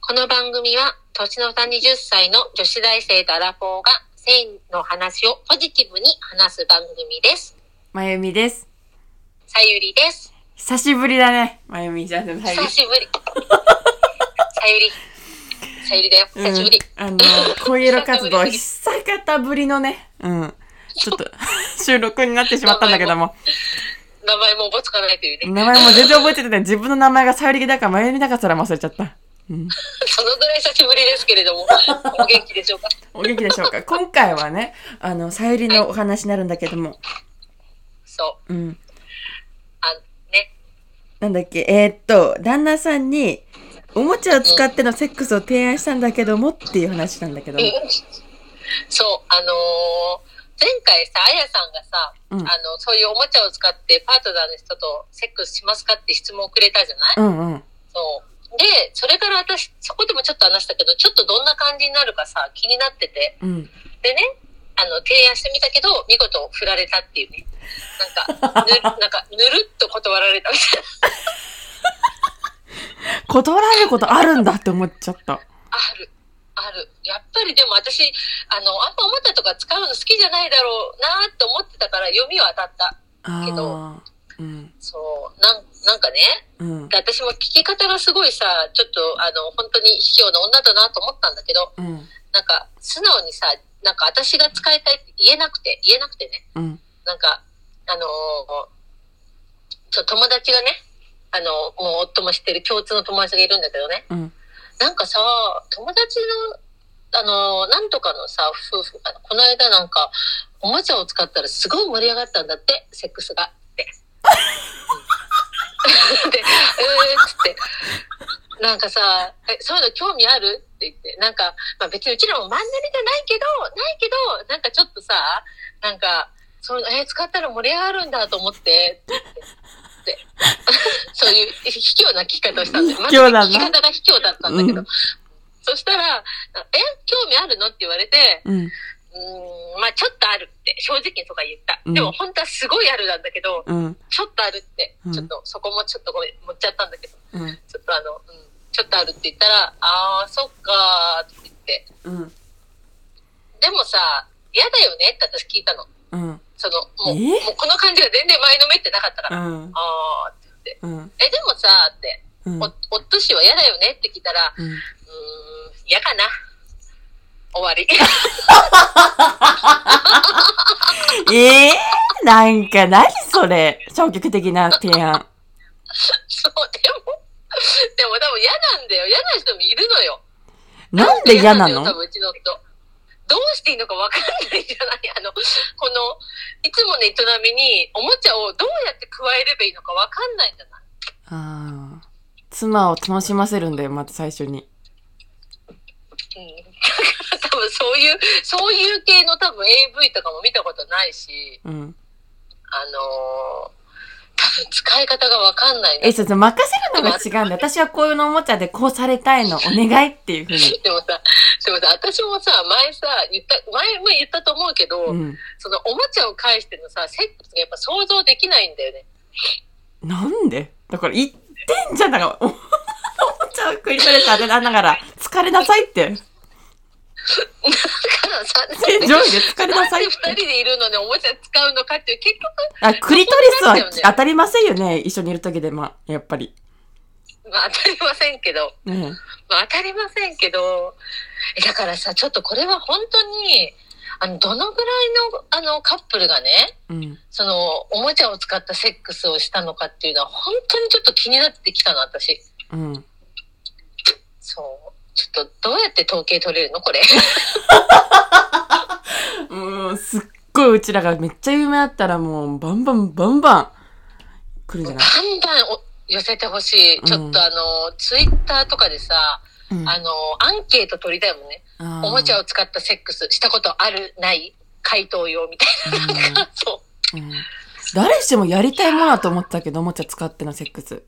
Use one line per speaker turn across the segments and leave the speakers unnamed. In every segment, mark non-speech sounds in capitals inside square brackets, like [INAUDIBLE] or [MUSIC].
この番組は年の差20歳の女子大生とアラフォーが性の話をポジティブに話す番組です。
まゆみです。
さゆりです。
久しぶりだね。まゆみじゃない。
久し
[LAUGHS]
ぶり。さゆり。さゆりだよ。久しぶり。
うん、あの、恋色活動、久方ぶりのね、うん。ち
[LAUGHS]
ょっと、収録になってしまったんだけども、
名前もおぼつかないというね。
名前も全然覚えててない。自分の名前がさゆりだか、まゆみだかすらも忘れちゃった。うん。
そのぐらい久しぶりですけれ
[LAUGHS]
ども、お元気でしょうか。
お元気でしょうか今回はね、あの、さゆりのお話になるんだけども、
そう。
うん。
あね。
なんだっけ、えーっと、旦那さんに、おもちゃを使ってのセックスを提案したんだけどもっていう話なんだけども。
[LAUGHS] そう、あのー前回さ、あやさんがさ、
うん
あの、そういうおもちゃを使ってパートナーの人とセックスしますかって質問をくれたじゃない、
うんうん。
そう。で、それから私、そこでもちょっと話したけど、ちょっとどんな感じになるかさ、気になってて。
うん。
でね、あの、提案してみたけど、見事振られたっていうね。なんか、ぬ、なんか、ぬるっと断られたみたいな。
断られることあるんだって思っちゃった。
ある。ある。やっぱりでも私、あの、あんまおもちゃとか使うの好きじゃないだろうなと思ってたから、読みは当たった。
あ
け
あ。うん。
そう。なん、なんかね、
うん。
で私も聞き方がすごいさ、ちょっと、あの、本当に卑怯な女だなと思ったんだけど、
うん。
なんか、素直にさ、なんか私が使いたいって言えなくて、言えなくてね。
うん。
なんか、あのーちょ友達がね、あのもう夫も知ってる共通の友達がいるんだけどね。
うん。
なんかさ、友達の、あのーなんとかのさ、夫婦、あのこの間なんか、おもちゃを使ったらすごい盛り上がったんだって、セックスが。って。うんで、えーっつって。なんかさ、え、そういうの興味あるって言って、なんか、まあ別にうちらもマンネリじゃないけど、ないけど、なんかちょっとさ、なんか、そうえー使ったら盛り上がるんだと思って、って言って [LAUGHS] そういう卑怯な聞き方をしたんだよ。
卑怯だな
聞き方が卑怯だったんだけど。
うん
そしたら、え、興味あるのって言われて、
うん。
うーん、まあちょっとあるって、正直にとか言った。
うん
でも本当はすごいあるなんだけど、
うん。
ちょっとあるって
う、ん
ちょっと、そこもちょっとごめん、持っちゃったんだけど、
うん。
ちょっとあの、うん、ちょっとあるって言ったら、あー、そっかーって言って、
うん。
でもさ、嫌だよねって私聞いたの。
うん。
その、もう、
え
もうこの感じが全然前のめってなかったから、あ
うん。
あーって言って、
うん。
え、でもさ、って、
うん。
お夫氏は嫌だよねって聞いたら、
うん。
うーん、嫌かな。終
[LAUGHS]
わり。
ええー、なんか、何それ消極的な提案。
そう、でも、でも多分嫌なんだよ。嫌な人もいるのよ。
なんで嫌な
よ多
の
分うちの人。どうしていいのかわかんないじゃないあの、この、いつもの営みに、おもちゃをどうやって加えればいいのかわかんないんじゃない
ああ。妻を楽しませるんだよ、まず最初に。
うん。だから多分そういう、そういう系の多分 AV とかも見たことないし、
うん。
あのー多分使い方がわかんない
え、
ね。
ちょっと任せるのが違うんだよ。私はこういうのおもちゃでこうされたいの。お願いっていうふうに。
でもさ、でもさ、私もさ、前さ、言った、前も言ったと思うけど、
うん。
そのおもちゃを介してのさ、セックスがやっぱ想像できないんだよね。
[LAUGHS] なんでだから言ってんじゃん。だから、おおもちゃを繰り返し当てながら、疲れなさいっ
だ
て。
からさ、
上位で疲れなさいっ
なんで二
て。
人でいるのにおもちゃ使うのかっていう、結局、
あ、クリト
そう
リ
なんだよ
スは
ね
当たりませんよね。一緒にいる時で、まあ、やっぱり。
まあ当たりませんけど、
ね
まあ当たりませんけど、えだからさ、ちょっとこれは本当に、あの、どのぐらいの、あの、カップルがね、
え。うん。
その、おもちゃを使ったセックスをしたのかっていうのは、本当にちょっと気になってきたの、私。
うん。
そう。ちょっと、どうやって統計取れるのこれ。
うん、すっごいうちらがめっちゃ有名だったらもう、バンバンバンバン来るんじゃな
[LAUGHS] バ
い
ンバンお寄せてほしい。ちょっとあの、ツイッターとかでさ、
うん
あの、アンケート取りたいもんね。
あー
おもちゃを使ったセックスしたことあるない回答用みたいな。 [LAUGHS] そう。
うん誰しもやりたいものだと思ってたけど、おもちゃ使ってのセックス。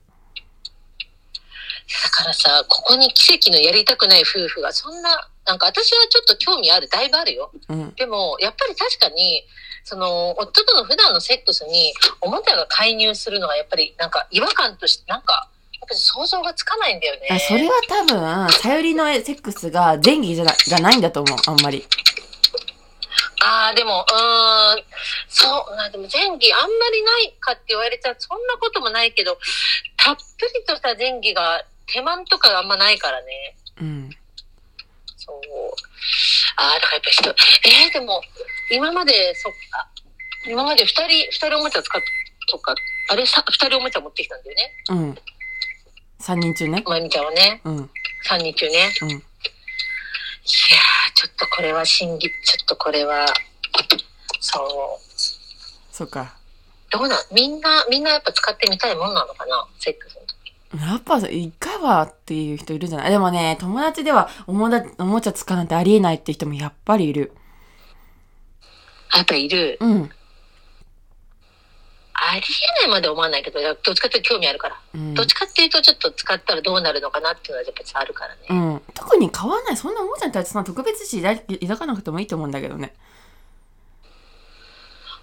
だからさ、ここに奇跡のやりたくない夫婦がそんな、なんか私はちょっと興味ある。だいぶあるよ。
うん。
でも、やっぱり確かに、その、夫との普段のセックスにおもちゃが介入するのがやっぱりなんか違和感として、なんか、っぱり想像がつかないんだよね。
あそれは多分、さゆりのセックスが前儀じゃなじゃないんだと思う、あんまり。
ああ、でも、うーん、そう、まあでも前儀あんまりないかって言われちゃそんなこともないけど、たっぷりとした前儀が手間とかがあんまないからね。
うん。
そう。ああ、だからやっぱ人、えー、でも、今まで、そっか、今まで二人、二人おもちゃ使っとか、あれさ、二人おもちゃ持ってきたんだよね。
うん。3人中ね。
まゆみちゃんはね、
うん。
三人中ね。いやー、
うん。
ちょっとこれは審議、ちょっとこれは、そう。
そうか。
どうなんみんな、みんなやっぱ使ってみたいもんなのかなセックスの時。
やっぱ、一回はっていう人いるじゃないでもね、友達ではおもだおもちゃ使うなんてありえないって人もやっぱりいる。
あやっぱいる。
うん。
ありえないまでは思わないけど、どっちかっていうと興味あるから。
うん
どっちかっていうとちょっと使ったらどうなるのかなっていうのはやっぱあるからね。
うん、特に変わんないそんなおもちゃに対してその特別視抱抱かなくてもいいと思うんだけどね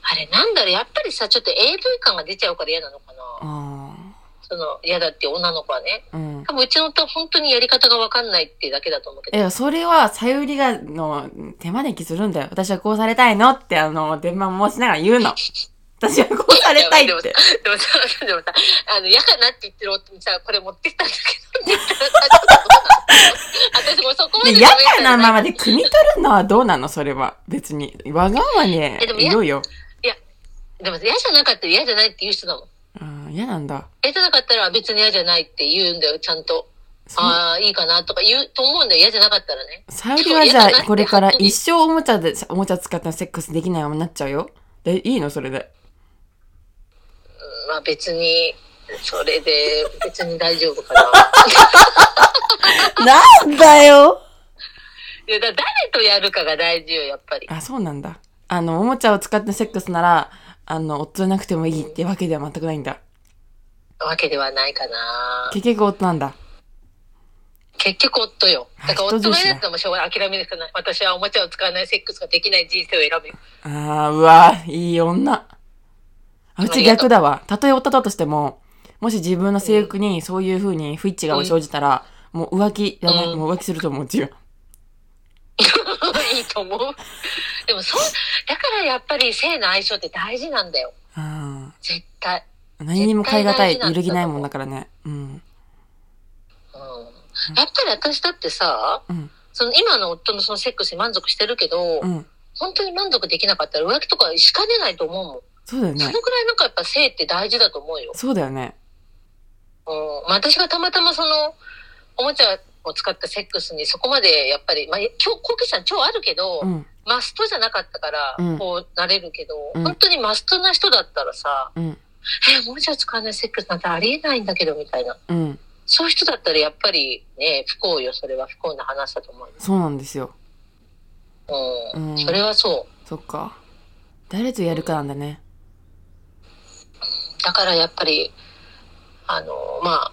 あれなんだろう、やっぱりさ、ちょっと AV 感が出ちゃうから嫌なのかな
あ
その、嫌だって女の子はね。
あうん
多分うちの夫は本当にやり方がわかんないっていうだけだと思うけど。
えそれはさゆりがの手招きするんだよ私はこうされたいのってあの電話もしながら言
[LAUGHS]
うの私はこうされたい
や
っ
で
て
もさ、でもさ、あの、嫌かなって言ってる夫にさ、これ持ってきたんだけど、って言ったらさち
[LAUGHS]
ょっとどうなの私もうそこまで
で
ダ
嫌
メじ
か
ゃ
ないままで汲み取るのはどうなのそれは別にわがままに
えでも
いろよ、
でも嫌じゃなかったら嫌じゃないって言う人だもん。
うん、嫌なんだ
嫌じゃなかったら別に嫌じゃないって言うんだよ、ちゃんと。
そ
ああ、いいかなとか言うと思うんだよ、嫌じゃなかったらね。
さゆりはじゃ
そう嫌だなっ
あ
て
これから
本当に
一生おもちゃでおもちゃ使ったセックスできないままになっちゃうよでいいのそ
[LAUGHS]
れで
うんまあ別に、それで別に大丈夫 [LAUGHS] かな。
なんだよ
いや、だから誰とやるかが大事よ、やっぱり。
あ、そうなんだ。あの、おもちゃを使ったセックスなら、あの、夫じゃなくてもいいってわけでは全くないんだ。
わけではないかな。
結局夫なんだ。
結局夫よ。だから
あ人
夫
重
が
視だ
やるのもしょうがない。諦めるしかない。私はおもちゃを使わないセックスができない人生を選ぶよ。 [LAUGHS]
あー、うわいい女。あうち逆だわ。たとえ夫だとしても、もし自分の性欲にそういう風に不一致が生じたら、もう浮気だね。
うん
もう浮気すると思う、自分。
いいと思う。でもそう、だからやっぱり性の相性って大事なんだよ。
あ
絶対。
ー何にも変えがたい、
絶対大事なんだと思
揺
う
るぎないもんだからね。うん。
うん。やっぱり私だってさ、
うん。
その今の夫のそのセックスに満足してるけど、
うん。
本当に満足できなかったら浮気とかしかねないと思うもん。
そうだよ
そ
ね。
のくらいなんかやっぱ性って大事だと思うよ。
そうだよね。
うん。まあ私がたまたまその、おもちゃを使ったセックスにそこまでやっぱり、まあ、今日、好奇心超あるけど、
うん。
マストじゃなかったから
うん、
こうなれるけど、
うん
本当にマストな人だったらさ、
うん。
え、おもちゃ使わないセックスなんてありえないんだけど、みたいな。
うん。
そういう人だったらやっぱりね、不幸よ、それは不幸な話だと思うよ。
そうなんですよ。
うん。
うん
それはそ
そっか。誰とやるかなんだね。
う。だからやっぱり、あの、まあ、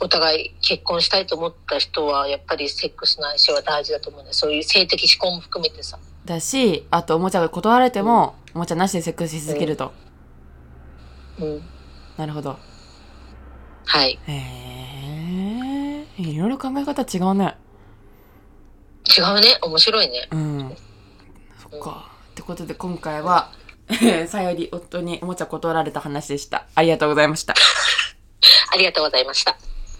お互い結婚したいと思った人は、やっぱりセックスの相性は大事だと思うね。そういう性的思考も含めてさ。
だし、あとおもちゃが断られても、おもちゃなしでセックスし続けると。
うん。
なるほど。
はい。
へえ、いろいろ考え方違うね。
違うね。面白いね。
うん。そっか。ってことで今回は、 [LAUGHS] さより夫におもちゃ断られた話でした。ありがとうございました。
ありがとうございました。